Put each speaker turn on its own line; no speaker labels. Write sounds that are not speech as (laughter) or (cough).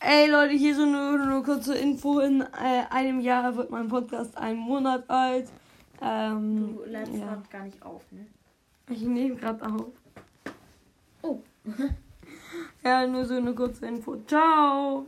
Ey Leute, hier so nur eine kurze Info. In äh, einem Jahr wird mein Podcast einen Monat alt. Ähm,
Du lädst
ja.
grad gar nicht auf, ne?
Ich nehme gerade auf.
Oh.
(laughs) Ja, nur so eine kurze Info. Ciao.